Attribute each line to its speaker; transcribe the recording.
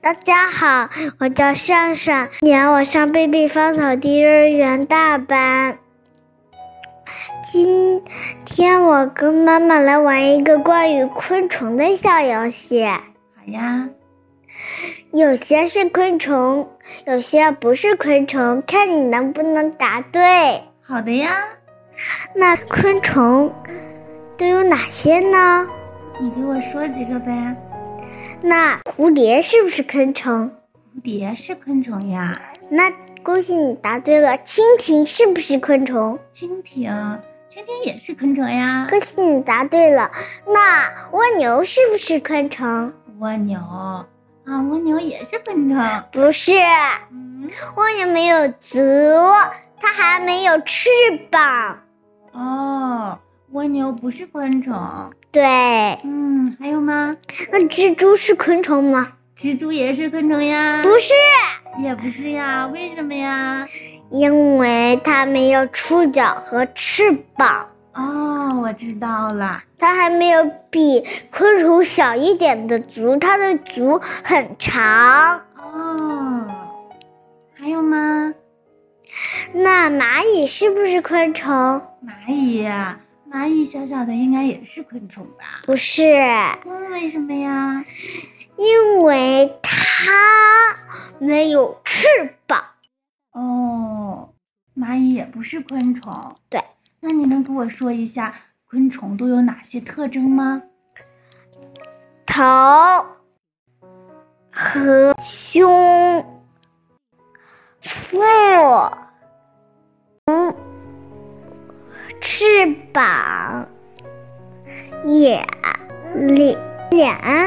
Speaker 1: 大家好，我叫善善，年我上 baby 芳草地幼儿园大班。今天我跟妈妈来玩一个关于昆虫的小游戏。
Speaker 2: 好呀，
Speaker 1: 有些是昆虫，有些不是昆虫，看你能不能答对。
Speaker 2: 好的呀，
Speaker 1: 那昆虫都有哪些呢？
Speaker 2: 你给我说几个呗。
Speaker 1: 那蝴蝶是不是昆虫？
Speaker 2: 蝴蝶是昆虫呀，
Speaker 1: 那恭喜你答对了。蜻蜓是不是昆虫？
Speaker 2: 蜻蜓，蜻蜓也是昆虫呀。
Speaker 1: 恭喜你答对了。那蜗牛是不是昆虫？
Speaker 2: 蜗牛啊，蜗牛也是昆虫。
Speaker 1: 不是，
Speaker 2: 嗯，
Speaker 1: 蜗牛没有足，它还没有翅膀。
Speaker 2: 哦，蜗牛不是昆虫。
Speaker 1: 对，
Speaker 2: 嗯，还有吗？
Speaker 1: 那蜘蛛是昆虫吗？
Speaker 2: 蜘蛛也是昆虫呀？
Speaker 1: 不是，
Speaker 2: 也不是呀，为什么呀？
Speaker 1: 因为它没有触角和翅膀，
Speaker 2: 哦，我知道了。
Speaker 1: 它还没有比昆虫小一点的足，它的足很长。
Speaker 2: 哦，还有吗？
Speaker 1: 那蚂蚁是不是昆虫？
Speaker 2: 蚂蚁，蚂蚁小小的应该也是昆虫吧？
Speaker 1: 不是，
Speaker 2: 嗯，为什么呀？
Speaker 1: 因为它没有翅膀。
Speaker 2: 哦，蚂蚁也不是昆虫。
Speaker 1: 对，
Speaker 2: 那你能给我说一下昆虫都有哪些特征吗？
Speaker 1: 头和胸、腹、翅膀、眼、脸、脸。